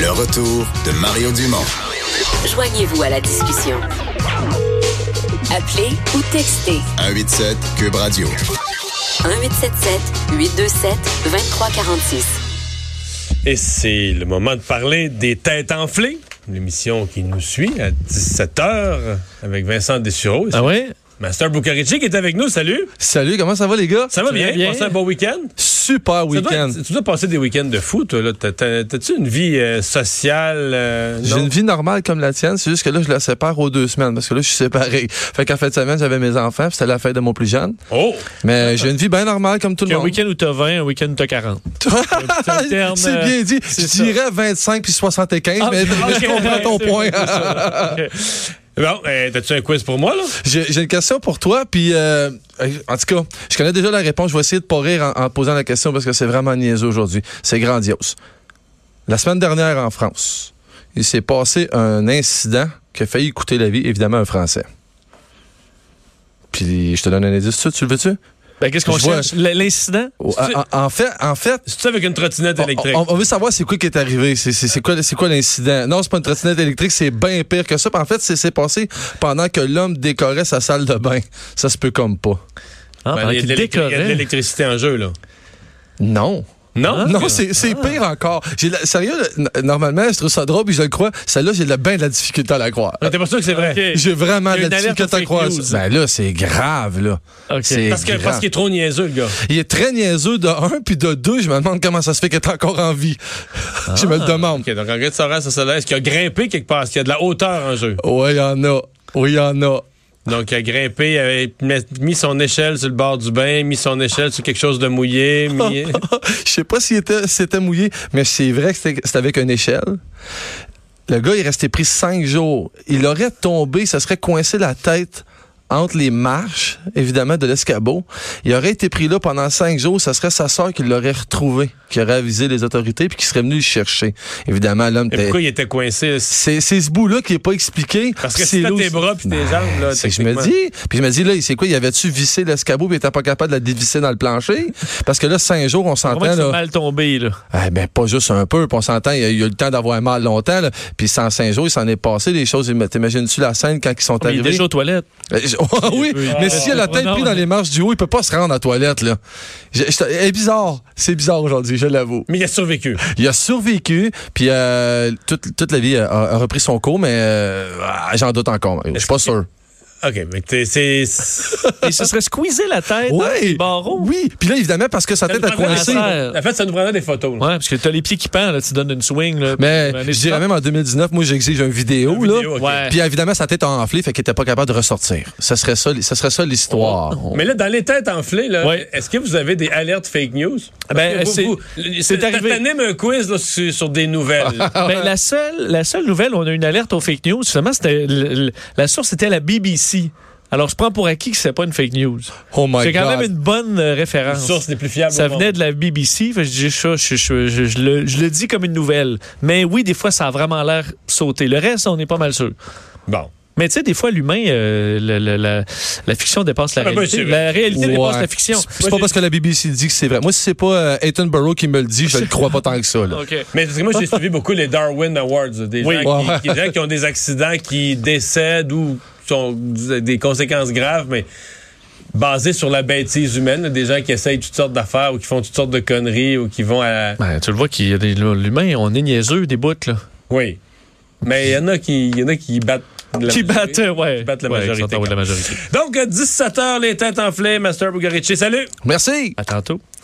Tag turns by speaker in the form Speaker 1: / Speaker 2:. Speaker 1: Le retour de Mario Dumont.
Speaker 2: Joignez-vous à la discussion. Appelez ou textez
Speaker 1: 187 Cube Radio.
Speaker 2: 1877 827 2346.
Speaker 3: Et c'est le moment de parler des têtes enflées, l'émission qui nous suit à 17h avec Vincent Dessureau.
Speaker 4: Ah ouais?
Speaker 3: Master Bucarici qui est avec nous, salut!
Speaker 4: Salut, comment ça va les gars?
Speaker 3: Ça va bien? Passez un bon week-end?
Speaker 4: Super
Speaker 3: Ça doit
Speaker 4: week-end.
Speaker 3: être- tu dois passer des week-ends de fou, toi. là. T'as- t'as- T'as-tu une vie euh, sociale? euh,
Speaker 4: J'ai
Speaker 3: non?
Speaker 4: une vie normale comme la tienne, c'est juste que là, je la sépare aux deux semaines, parce que là, je suis séparé. Fait qu'en fin de semaine, j'avais mes enfants, puis c'était la fête de mon plus jeune.
Speaker 3: Oh!
Speaker 4: Mais j'ai une vie bien normale comme tout
Speaker 5: Puis
Speaker 4: le
Speaker 5: un
Speaker 4: monde.
Speaker 5: Ah. week-end où t'as 20, un week-end où t'as 40. C'est un terme,
Speaker 4: C'est
Speaker 5: euh,
Speaker 4: bien dit.
Speaker 5: c'est
Speaker 4: Je
Speaker 5: ça.
Speaker 4: dirais 25 puis 75,
Speaker 3: Ah,
Speaker 4: mais,
Speaker 3: ok.
Speaker 4: mais je comprends ton point.
Speaker 3: Bon, euh, t'as-tu un quiz pour moi, là?
Speaker 4: J'ai j'ai une question pour toi, puis euh, en tout cas, je connais déjà la réponse. Je vais essayer de pas rire en, en posant la question parce que c'est vraiment niaiseux aujourd'hui. C'est grandiose. La semaine dernière en France, il s'est passé un incident qui a failli coûter la vie, évidemment, à un Français. Puis je te donne un indice tout de suite, tu le veux-tu?
Speaker 5: Ben, qu'est-ce qu'on
Speaker 4: Je vois-
Speaker 5: cherche? L- L'incident?
Speaker 4: Oh, en- en- en fait, en fait,
Speaker 3: C'est-tu avec une
Speaker 4: Oh,
Speaker 3: trottinette électrique?
Speaker 4: on, on- on veut savoir c'est quoi qui est arrivé. C'est- C'est c'est quoi, c'est quoi l'incident? Non, c'est pas une trottinette électrique, c'est bien pire que ça. Puis En fait, c'est c'est passé pendant que l'homme décorait sa salle de bain. Ça se peut comme pas.
Speaker 3: Ben,
Speaker 5: Ah, pendant
Speaker 3: il y a de
Speaker 5: qu'il
Speaker 3: l'électri- il y a de
Speaker 5: décorait.
Speaker 3: l'électricité en jeu, là.
Speaker 4: Non.
Speaker 5: Ah.
Speaker 3: Non?
Speaker 4: Ah, Non, c'est c'est pire encore. J'ai la- sérieux, le- n- normalement, je trouve ça drôle, puis je le crois. Celle-là, j'ai de la- ben de la difficulté à la croire.
Speaker 3: Ah, T'es pas sûr que c'est vrai?
Speaker 5: Ok.
Speaker 4: J'ai vraiment
Speaker 5: Il
Speaker 4: de
Speaker 5: y a
Speaker 4: la
Speaker 5: une alerte
Speaker 4: difficulté à
Speaker 5: aux fake
Speaker 4: croire.
Speaker 5: news.
Speaker 4: ça. Ben là, c'est grave, là.
Speaker 5: Ok.
Speaker 4: C'est
Speaker 3: Parce que-
Speaker 4: grave.
Speaker 3: parce qu'il est trop niaiseux, le gars.
Speaker 4: Il est très niaiseux de un, puis de deux, je me demande comment ça se fait qu'il est encore en vie.
Speaker 5: Ah.
Speaker 4: je me le demande.
Speaker 3: OK, donc en gré de Sorel, ça, ça là, est-ce qu'il a grimpé quelque part? Est-ce qu'il y a de la hauteur en jeu?
Speaker 4: Oui, il y en a. Oui, il y en a.
Speaker 3: Donc, il a grimpé, il avait mis- mis son échelle sur le bord du bain, mis son échelle sur quelque chose de mouillé. mis-
Speaker 4: Oh. Je sais pas s'il était, c'était mouillé, mais c'est vrai que c'était c'était avec une échelle. Le gars est resté pris cinq jours. Il aurait tombé, ça serait coincé la tête entre les marches, évidemment, de l'escabeau. Il aurait été pris là pendant cinq jours. Ça serait sa sœur qui l'aurait retrouvé, qui aurait avisé les autorités, puis qui serait venu le chercher. Évidemment, l'homme
Speaker 3: Et
Speaker 4: était...
Speaker 3: pourquoi il était coincé?
Speaker 4: C'est c'est ce bout-là qui est pas expliqué.
Speaker 3: Parce que
Speaker 4: C'est
Speaker 3: si t'as
Speaker 4: lourd.
Speaker 3: tes bras puis tes jambes, là,
Speaker 4: C'est que je me
Speaker 3: techniquement-
Speaker 4: dis. Puis je me dis, là, c'est quoi? Il avait-tu vissé l'escabeau puis il était pas capable de la dévisser dans le plancher? Parce que là, cinq jours, on
Speaker 5: Comment il
Speaker 4: s'entend,
Speaker 5: s'est
Speaker 4: là.
Speaker 5: mal tombé, là?
Speaker 4: Eh ben, pas juste un peu. Puis on s'entend, il y a, il y a eu le temps d'avoir mal longtemps, là. Puis sans cinq jours, il s'en est passé des choses. T'imagines-tu la scène quand ils sont
Speaker 5: Oh, Mais il est
Speaker 4: arrivés?
Speaker 5: déjà aux toilettes.
Speaker 4: Euh, je- Ah oui,
Speaker 5: Oui.
Speaker 4: mais
Speaker 5: Ah,
Speaker 4: s'il a la
Speaker 5: c'est
Speaker 4: tête
Speaker 5: pas
Speaker 4: prise dans
Speaker 5: normal.
Speaker 4: les marches du haut, il peut pas se rendre à la toilette, là. Je- je- C'est bizarre. C'est bizarre aujourd'hui, je l'avoue.
Speaker 3: Mais il a survécu.
Speaker 4: Il a survécu, puis euh, toute, toute la vie a, a- a repris son cours, mais euh, ah, j'en doute encore. Je suis pas sûr.
Speaker 3: OK, mais t'es- c'est... Ça
Speaker 5: Et ce serait squeezé la tête hein, dans les barreaux.
Speaker 4: Oui, puis là, évidemment, parce que sa
Speaker 3: nous
Speaker 4: tête a
Speaker 3: prendrait
Speaker 4: coincé.
Speaker 5: affaire.
Speaker 3: des- En fait, ça nous prendrait des photos. là.
Speaker 5: Ouais, parce que t'as les pieds qui pendent, là, tu donnes une swing, là.
Speaker 4: Mais
Speaker 5: puis, euh,
Speaker 4: je dirais même en 2019, moi, j'exige une vidéo,
Speaker 3: Une
Speaker 4: là.
Speaker 3: vidéo, OK.
Speaker 5: Ouais.
Speaker 4: Puis évidemment, sa tête a enflé, fait qu'il était pas capable de ressortir. Ça serait ça, ça serait ça l'histoire.
Speaker 5: Oh,
Speaker 3: Mais là, dans les têtes enflées, là,
Speaker 5: Ouais.
Speaker 3: est-ce que vous avez des alertes fake news? Parce
Speaker 5: Ben,
Speaker 3: que vous-
Speaker 5: c'est-
Speaker 3: vous-
Speaker 5: c'est arrivé.
Speaker 3: T'animes un quiz là, sur, sur des nouvelles. là.
Speaker 5: Ben, la, seule, la seule nouvelle, où on a une alerte aux fake news. Finalement, c'était l- l- la source était la BBC. Alors, je prends pour acquis que c'est pas une fake news.
Speaker 4: Oh my
Speaker 5: C'est quand
Speaker 4: God.
Speaker 5: même une bonne euh,
Speaker 3: Une
Speaker 5: référence.
Speaker 3: source les plus fiables.
Speaker 5: Ça
Speaker 3: au monde.
Speaker 5: venait de la BBC. fait que je dis ça, je, je- je- je le, je le dis comme une nouvelle. Mais oui, des fois, ça a vraiment l'air sauté. Le reste, on est pas mal sûr.
Speaker 3: Bon.
Speaker 5: Mais tu sais, des fois, l'humain, euh, le- le- la, la fiction dépasse la
Speaker 3: Ah ben, c'est
Speaker 5: réalité.
Speaker 3: vrai.
Speaker 5: la réalité dépasse
Speaker 4: Ouais.
Speaker 5: la fiction.
Speaker 4: C'est pas parce que la BBC dit que c'est vrai. Moi, si c'est pas euh, Ethan Burrow qui me le dit, je le crois pas tant que ça, là.
Speaker 5: OK.
Speaker 3: Mais parce que moi, j'ai suivi beaucoup les Darwin Awards. Des,
Speaker 5: Oui.
Speaker 3: gens qui,
Speaker 4: Ouais.
Speaker 3: qui- des gens qui ont des accidents, qui décèdent ou sont des conséquences graves, mais basées sur la bêtise humaine. là, Des gens qui essayent toutes sortes d'affaires ou qui font toutes sortes de conneries ou qui vont à...
Speaker 5: Ben, tu le vois, qu'il y a des- l'humain, on est niaiseux des bouts, là.
Speaker 3: Oui. Mais il y en a qui, il y en a qui battent... la majorité.
Speaker 5: qui battent, euh, ouais.
Speaker 3: Qui battent la
Speaker 5: Ouais,
Speaker 3: majorité,
Speaker 5: qui sont en haut de la majorité.
Speaker 3: Donc, à 17h, les têtes enflées, Master Bugarici. Salut!
Speaker 4: Merci.
Speaker 5: À tantôt.